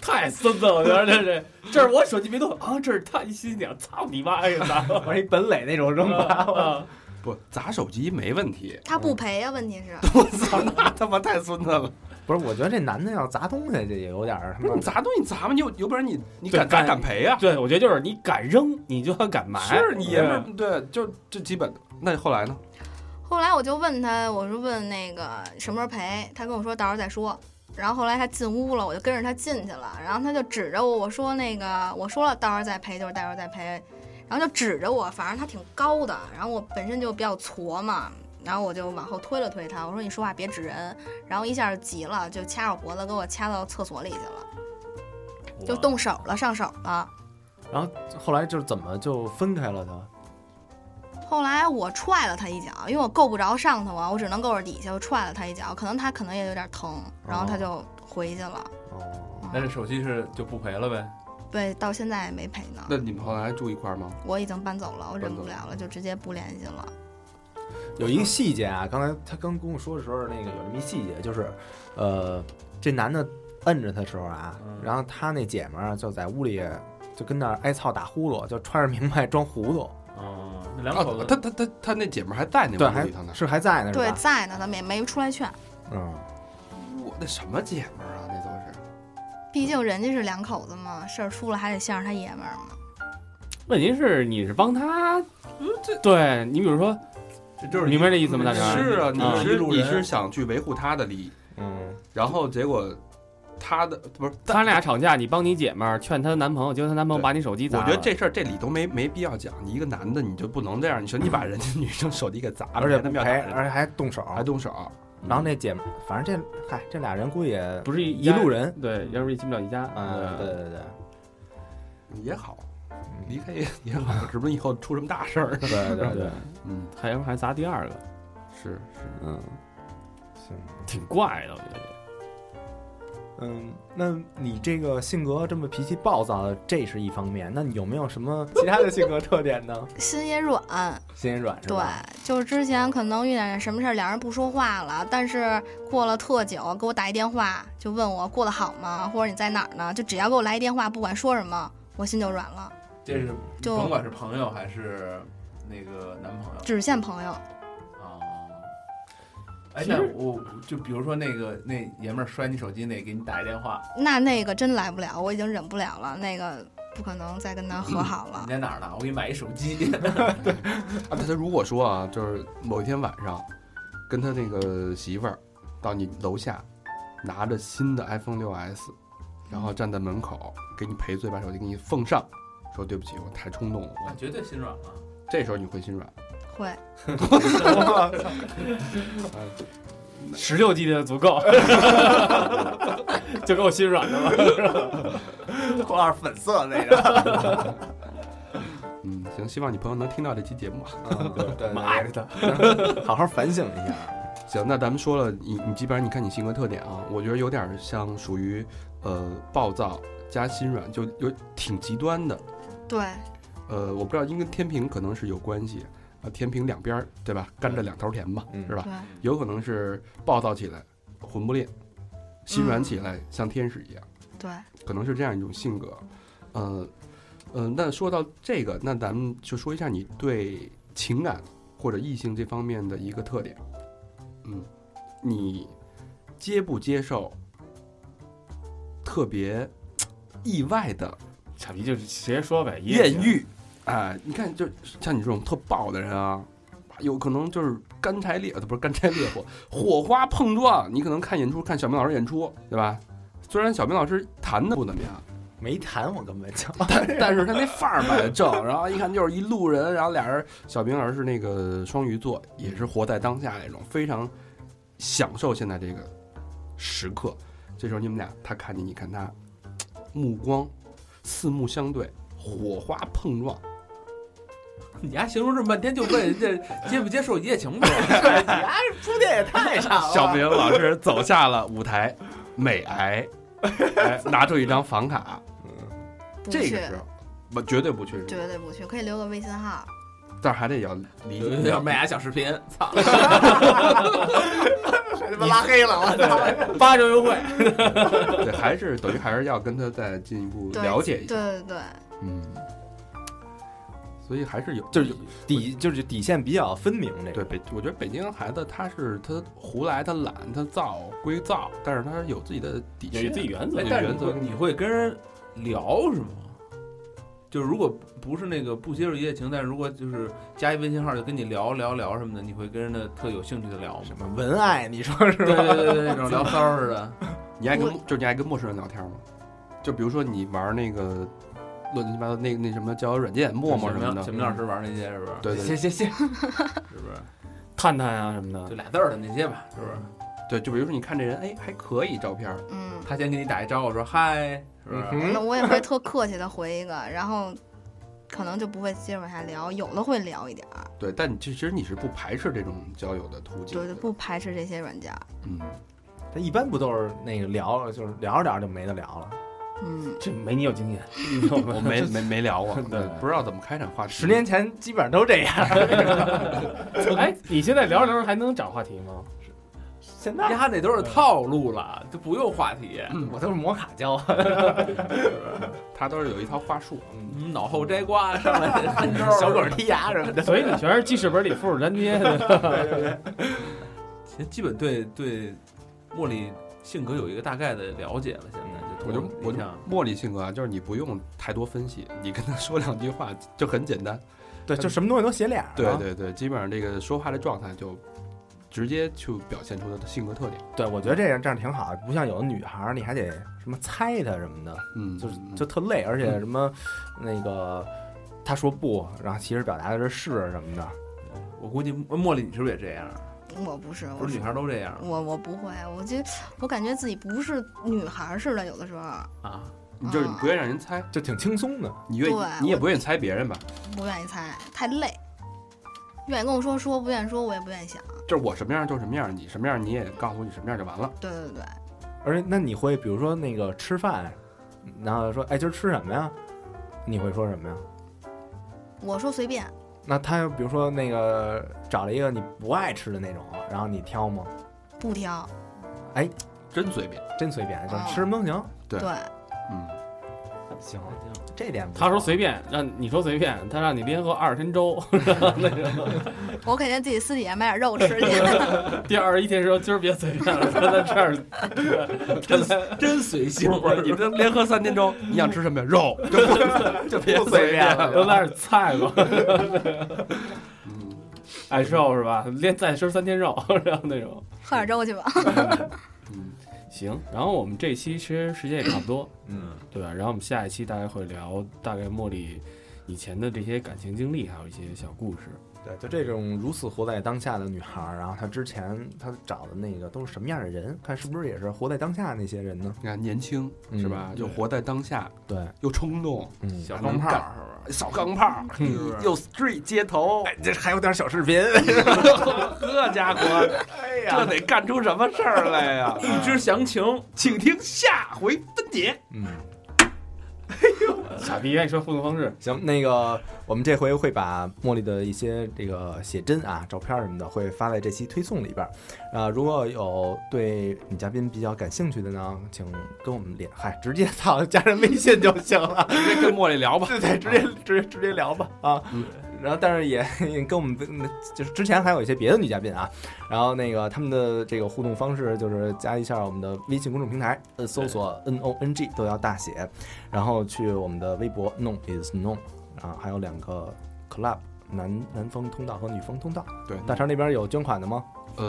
Speaker 4: 太孙子了，我觉得这这这是我手机别动啊，这是他一心想，操你妈！哎呀，咋了？
Speaker 2: 我是一本垒那种扔吧，
Speaker 4: 啊
Speaker 3: 不砸手机没问题。
Speaker 5: 他不赔啊，问题是，
Speaker 3: 我操，那他妈太孙子了！
Speaker 2: 不是，我觉得这男的要砸东西，这也有点儿
Speaker 3: 不是你嗯砸东西砸吧，你有有本事你你
Speaker 4: 对
Speaker 3: 敢砸
Speaker 4: 敢
Speaker 3: 敢赔啊？
Speaker 4: 对，我觉得就是你敢扔，你就要敢埋。嗯
Speaker 3: 是你爷们儿对，就这基本的。那后来呢？
Speaker 5: 后来我就问他，我说问那个什么时候赔，他跟我说到时候再说。然后后来他进屋了，我就跟着他进去了。然后他就指着我，我说那个我说了，到时候再赔就是到时候再赔。然后就指着我，反正他挺高的，然后我本身就比较矬嘛，然后我就往后推了推他，我说你说话别指人。然后一下就急了，就掐着脖子给我掐到厕所里去了，就
Speaker 6: 哇
Speaker 5: 动手了，上手了。
Speaker 2: 后来就是怎么就分开了呢？
Speaker 5: 后来我踹了他一脚，因为我够不着上头啊，我只能够着底下，我踹了他一脚，可能他可能也有点疼，然后他就回去了。
Speaker 2: 哦，
Speaker 6: 哎那这手机是就不赔了呗？
Speaker 5: 对，到现在也没赔呢。
Speaker 3: 那你们后来还住一块儿吗？
Speaker 5: 我已经搬走了，我忍不
Speaker 3: 搬
Speaker 5: 了了，就直接不联系了。
Speaker 2: 有一个细节啊，刚才他刚跟我说的时候，那个有这么一细节，就是，呃，这男的摁着他的时候啊，
Speaker 6: 嗯
Speaker 2: 然后他那姐们儿就在屋里就跟那儿挨操打呼噜，就穿着明白装糊涂，
Speaker 6: 哦，那两口
Speaker 3: 啊，
Speaker 6: 子
Speaker 3: 他他他他那姐们儿还在那
Speaker 2: 对，
Speaker 3: 屋
Speaker 2: 还
Speaker 3: 里头呢。
Speaker 2: 是还在呢，是
Speaker 5: 对，
Speaker 2: 吧？
Speaker 5: 在呢，他们也没出来劝，
Speaker 2: 嗯，
Speaker 3: 我那什么姐们儿啊，那都是。
Speaker 5: 毕竟人家是两口子嘛，事儿出了还得向着他爷们儿嘛。
Speaker 4: 问题是你是帮他，对你比如说，
Speaker 6: 这就是
Speaker 4: 明白这意思吗大
Speaker 6: 是
Speaker 4: 成
Speaker 6: 啊
Speaker 3: 是啊，
Speaker 6: 你
Speaker 3: 你
Speaker 6: 是一
Speaker 3: 是
Speaker 6: 路
Speaker 3: 你
Speaker 6: 人
Speaker 3: 是想去维护他的利益，
Speaker 2: 嗯，
Speaker 3: 然后结果他的不是
Speaker 4: 他俩吵架，你帮你姐们儿劝她男朋友，结果她男朋友
Speaker 3: 对
Speaker 4: 把你手机
Speaker 3: 我
Speaker 4: 砸了。
Speaker 3: 觉得这事儿这理都没没必要讲。你一个男的，你就不能这样。你说你把人家女生手机给砸了，
Speaker 2: 而且不
Speaker 3: 他们要
Speaker 2: 赔
Speaker 3: 打，人
Speaker 2: 而且还动手，
Speaker 3: 还动手，
Speaker 2: 然后那姐们儿，反正这嗨，这俩人估计也
Speaker 4: 不是一
Speaker 2: 一路
Speaker 4: 人，
Speaker 2: 人，
Speaker 4: 对，要不然进不了一家。
Speaker 2: 嗯，对
Speaker 4: 对，
Speaker 2: 对对。
Speaker 3: 也好，
Speaker 2: 嗯
Speaker 3: 离开也也好，指不定以后出什么大事儿。
Speaker 2: 对对对，
Speaker 4: 对，
Speaker 3: 嗯，
Speaker 4: 还要不然还砸第二个，
Speaker 3: 是是。
Speaker 4: 嗯，
Speaker 2: 行，
Speaker 4: 挺怪的，我觉得。
Speaker 2: 嗯，那你这个性格这么脾气暴躁，这是一方面。那你有没有什么其他的性格特点呢？
Speaker 5: 心也软，
Speaker 2: 心软是
Speaker 5: 对
Speaker 2: 吧？，
Speaker 5: 就是之前可能遇见什么事儿，两人不说话了，但是过了特久，给我打一电话，就问我过得好吗，或者你在哪儿呢？就只要给我来一电话，不管说什么，我心就软了，
Speaker 6: 这是
Speaker 5: 就
Speaker 6: 甭管是朋友还是那个男朋友
Speaker 5: 只限朋友。
Speaker 6: 啊。哎，
Speaker 4: 其
Speaker 6: 那
Speaker 4: 实
Speaker 6: 我就比如说那个那爷们儿摔你手机那，给你打一电话，
Speaker 5: 那那个真来不了，我已经忍不了了，那个不可能再跟他和好了
Speaker 3: 嗯
Speaker 6: 你。在哪儿呢？我给你买一手机。
Speaker 3: 啊，那他如果说啊，就是某一天晚上，跟他那个媳妇儿到你楼下，拿着新的 iPhone 六 S，然后站在门口给你赔罪，把手机给你奉上，说对不起，我太冲动了。
Speaker 6: 那
Speaker 3: 我
Speaker 6: 绝对心软啊了。
Speaker 3: 这时候你会心软，
Speaker 5: 会，
Speaker 4: 十六 G 的足够， 就给我心软了吧。
Speaker 2: 括号粉色那个，
Speaker 3: 嗯，行，希望你朋友能听到这期节目啊。
Speaker 2: 嗯对对
Speaker 4: 妈
Speaker 2: 对对， 好好反省一下。
Speaker 3: 行，那咱们说了，你你基本上你看你性格特点啊，我觉得有点像属于，呃，暴躁加心软，就有挺极端的。
Speaker 5: 对，
Speaker 3: 呃，我不知道，因为跟天平可能是有关系啊，天平两边儿对吧，甘蔗两头甜吧，
Speaker 2: 嗯
Speaker 3: 是吧？
Speaker 5: 对，
Speaker 3: 有可能是暴躁起来，魂不吝，心软起来，像天使一样，
Speaker 5: 对，
Speaker 3: 可能是这样一种性格。呃，呃，那说到这个，那咱们就说一下你对情感或者异性这方面的一个特点。嗯，你接不接受特别意外的
Speaker 4: 傻逼就是直接说呗，
Speaker 3: 艳
Speaker 4: 也行。
Speaker 3: 遇？啊、你看，就像你这种特暴的人啊，有可能就是干柴烈，呃不是干柴烈火，火花碰撞。你可能看演出，看小明老师演出，对吧？虽然小明老师弹的不怎么样，
Speaker 2: 没谈我根本 就
Speaker 3: 但但是他那范儿摆的正，然后一看就是一路人，然后俩人，小明老师是那个双鱼座，也是活在当下那种，非常享受现在这个时刻。这时候你们俩，他看你，你看他，目光四目相对，火花碰撞，
Speaker 6: 你丫形容这么半天，就问人家接不接受一夜情吧？
Speaker 2: 铺垫也太傻了。
Speaker 3: 小明老师走下了舞台，美 癌，哎拿出一张房卡，
Speaker 5: 不
Speaker 3: 这
Speaker 5: 去
Speaker 3: 个，时候我绝对不去，
Speaker 5: 绝对不去，可以留个微信号。
Speaker 3: 但是还得要理
Speaker 6: 有
Speaker 3: 解
Speaker 6: 点卖俩小视频，操！
Speaker 2: 他妈拉黑了，我操！
Speaker 4: 八折优惠，
Speaker 3: 对，还是等于还是要跟他再进一步
Speaker 5: 对
Speaker 3: 了解一下，
Speaker 5: 对对对，
Speaker 3: 嗯，所以还是有，就是有
Speaker 2: 底就是底线比较分明，这个
Speaker 3: 对北，我觉得北京孩子他是他胡来，他懒，他躁归躁，但是他有自己的底
Speaker 4: 有
Speaker 3: 线，
Speaker 4: 自己原则
Speaker 6: 哎，
Speaker 3: 有
Speaker 6: 但是
Speaker 3: 原
Speaker 6: 你
Speaker 3: 则
Speaker 6: 会你会跟人聊是吗？就是如果不是那个不接受一夜情，但是如果就是加一微信号就跟你聊聊聊什么的，你会跟人的特有兴趣的聊吗？
Speaker 2: 什么文爱，你说是
Speaker 6: 对
Speaker 2: 吧？
Speaker 6: 对对对，那种聊骚儿似 的。
Speaker 3: 你爱跟
Speaker 5: 我
Speaker 3: 就是你爱跟陌生人聊天吗？就比如说你玩那个乱七八糟那那什么交友软件，陌陌什么
Speaker 6: 小
Speaker 3: 的，
Speaker 6: 明老师玩那些是不是？
Speaker 3: 对对
Speaker 2: 行行 行，
Speaker 6: 是不是？
Speaker 4: 探探啊什么的
Speaker 6: 就，俩字儿的那些吧，是不是？
Speaker 3: 对，就比如说你看这人，哎，还可以，照片儿，
Speaker 5: 嗯，
Speaker 6: 他先给你打一招呼说嗨，是不
Speaker 2: 嗯
Speaker 6: 是？
Speaker 5: 那
Speaker 2: 哼，
Speaker 5: 我也会特客气的回一个，然后可能就不会接着往下聊，有的会聊一点儿，
Speaker 3: 对，但你其实你是不排斥这种交友的途径
Speaker 5: 对
Speaker 3: 的，
Speaker 5: 对，不排斥这些软件儿。
Speaker 3: 嗯，
Speaker 2: 他一般不都是那个聊了，就是聊着聊着就没得聊了。
Speaker 5: 嗯，
Speaker 4: 这没你有经验，你知道吗
Speaker 3: 我没没没聊过，
Speaker 4: 对
Speaker 3: 不知道怎么开展话题，
Speaker 2: 十年前基本上都这样，
Speaker 4: 哎，你现在聊着聊着还能找话题吗？
Speaker 2: 现在
Speaker 6: 丫那都是套路了，就不用话题。
Speaker 2: 我都是摩卡胶，啊
Speaker 3: 他都是有一套话术。
Speaker 6: 你们脑后摘瓜上 来三招
Speaker 2: 小狗踢牙什么的。
Speaker 4: 所以你全是记事本里复制粘贴的。
Speaker 6: 其实基本对对茉莉性格有一个大概的了解了，现在就
Speaker 3: 我就
Speaker 6: 通过
Speaker 3: 我就
Speaker 6: 印象
Speaker 3: 茉莉性格啊，就是你不用太多分析，你跟他说两句话就很简单。
Speaker 2: 对，就什么东西都写俩。
Speaker 3: 对对对，基本上这个说话的状态就直接就表现出他的性格特点。
Speaker 2: 对，我觉得这样这样挺好，不像有的女孩儿你还得什么猜她什么的，
Speaker 3: 嗯，
Speaker 2: 就是就特累，而且什么那个她说不，然后其实表达的是是什么的。
Speaker 6: 我估计茉莉你是不是也这样？
Speaker 5: 我不是，
Speaker 6: 不
Speaker 5: 我
Speaker 6: 是
Speaker 5: 是
Speaker 6: 女孩都这样
Speaker 5: 我我不会，我就我感觉自己不是女孩儿似的，有的时候
Speaker 6: 啊？
Speaker 3: 你就是你不愿意让人猜，
Speaker 2: 就挺轻松的，
Speaker 3: 你愿意
Speaker 5: 对
Speaker 3: 你也
Speaker 5: 我
Speaker 3: 不愿意猜别人吧？
Speaker 5: 不愿意猜，太累，愿意跟我说说，不愿意说我也不愿意想。
Speaker 3: 就是我什么样就是什么样，你什么样你也告诉我你什么样就完了。
Speaker 5: 对对对，
Speaker 2: 而且那你会比如说那个吃饭，然后说哎今儿吃什么呀？你会说什么呀？
Speaker 5: 我说随便，
Speaker 2: 那他要比如说那个找了一个你不爱吃的那种，然后你挑吗？
Speaker 5: 不挑，
Speaker 3: 真随便。
Speaker 2: 真随便，就是
Speaker 5: 哦
Speaker 2: 吃什么都行。
Speaker 3: 对
Speaker 5: 对，
Speaker 3: 嗯，
Speaker 2: 行，这点不
Speaker 4: 他说
Speaker 2: 错
Speaker 4: 随便，让你说随便，他让你连喝二十天 粥。
Speaker 5: 我肯定自己私底下买点肉吃去。
Speaker 4: 第二十一天说今儿别随便了，说在这 儿
Speaker 6: 真真随性，
Speaker 3: 不是你这连喝三天粥，你想吃什么呀？肉就不就别
Speaker 2: 不随
Speaker 3: 便
Speaker 2: 便
Speaker 3: 了。
Speaker 4: 都来点菜 吧，
Speaker 3: 嗯
Speaker 4: 爱吃肉是吧？连再吃三天肉， 然后那种。
Speaker 5: 喝点粥去吧。
Speaker 3: 嗯，
Speaker 4: 行，然后我们这期其实时间也差不多，
Speaker 2: 嗯
Speaker 4: 对吧？然后我们下一期大概会聊大概茉莉以前的这些感情经历，还有一些小故事。
Speaker 2: 对，就这种如此活在当下的女孩儿，然后她之前她找的那个都是什么样的人？看是不是也是活在当下那些人呢？
Speaker 3: 你看年轻是吧？又活在当下，
Speaker 2: 对，
Speaker 3: 又冲动，
Speaker 2: 嗯，
Speaker 6: 小
Speaker 3: 嗯钢
Speaker 6: 钢
Speaker 3: 炮
Speaker 6: 炮
Speaker 3: 是
Speaker 6: 是吧？
Speaker 3: 小钢炮，
Speaker 6: 嗯
Speaker 3: 又 street 街头，
Speaker 2: 哎，这还有点小视频，
Speaker 3: 这家伙，这得干出什么事儿来呀？
Speaker 6: 欲知详情，
Speaker 3: 请听下回分解。
Speaker 2: 嗯。
Speaker 4: 傻逼，愿意说互动方式，
Speaker 2: 行，那个我们这回会把茉莉的一些这个写真啊、照片什么的，会发在这期推送里边儿。啊、如果有对女嘉宾比较感兴趣的呢，请跟我们联，嗨，直接操加人微信就行了。
Speaker 3: 直接跟茉莉聊吧。
Speaker 2: 对对，直接直接直接聊吧啊
Speaker 3: 嗯。
Speaker 2: 然后，但是也也跟我们就是之前还有一些别的女嘉宾啊，然后那个他们的这个互动方式就是加一下我们的微信公众平台，呃，搜索 N O N G 都要大写，然后去我们的微博 Known is Known 啊，还有两个 Club 南南方通道和女方通道。
Speaker 3: 啊对，
Speaker 2: 大肠那边有捐款的吗？
Speaker 3: 呃，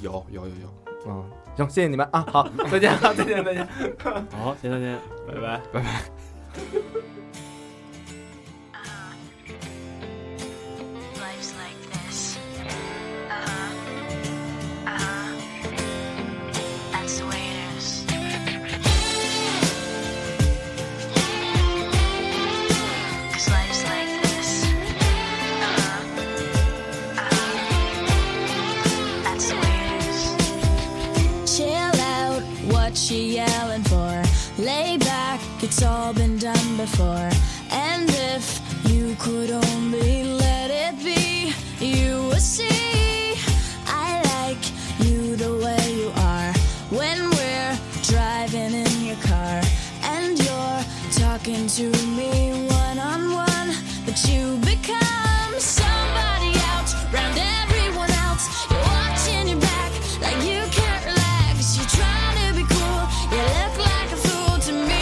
Speaker 3: 有有有有，
Speaker 2: 嗯，行，谢谢你们啊，好，再见啊，再见，再见。
Speaker 4: 好，谢谢大家。
Speaker 6: 拜拜。
Speaker 7: Life's like this. Uh huh. Uh huh. That's the way it is. Cause life's like this. Uh huh. Uh huh. That's the way it is.
Speaker 8: Chill out, what she yelling for? Lay back, it's all been done before. And if you could only let it be, you would see. I like you the way you are when we're driving in your car. And you're talking to me one on one, but you become somebody out round everyone else. You're watching your back like you can't relax. You're trying to be cool. You look like a fool to me.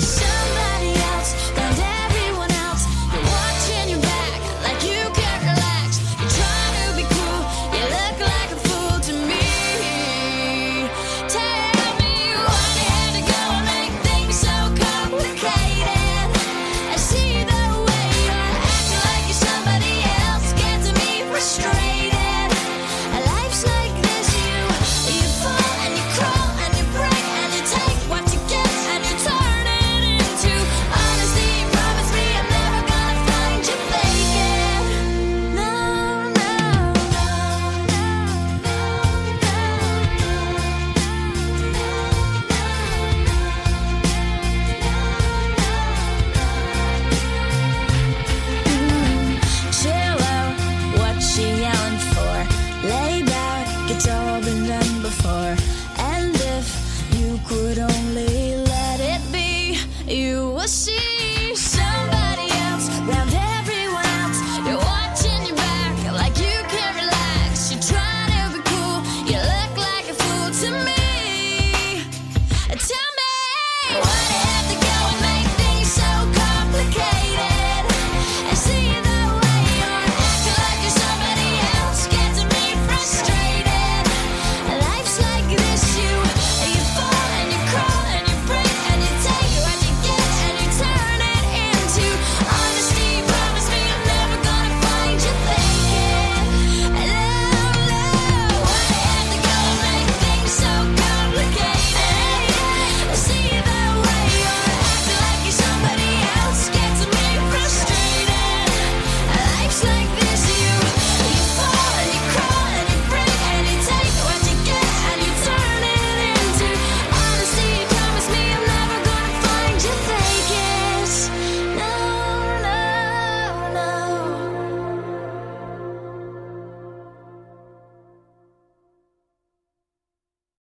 Speaker 8: somebody else and everyone else. You're watching your back like you can't relax. You're trying to be cool. You look like a fool to me. Tell me why you had to go and make things so complicated. I see the way you're acting like you're somebody else gets me frustrated. Life's like this, you you fall and you crawl and you break and you take what you get and you turn it into honesty. Promise me I'm never gonna find you faking. No, no, no, no, no, Chill out, what she yelling for? Lay back, it's all been done before. And if you could only let it be, you will see.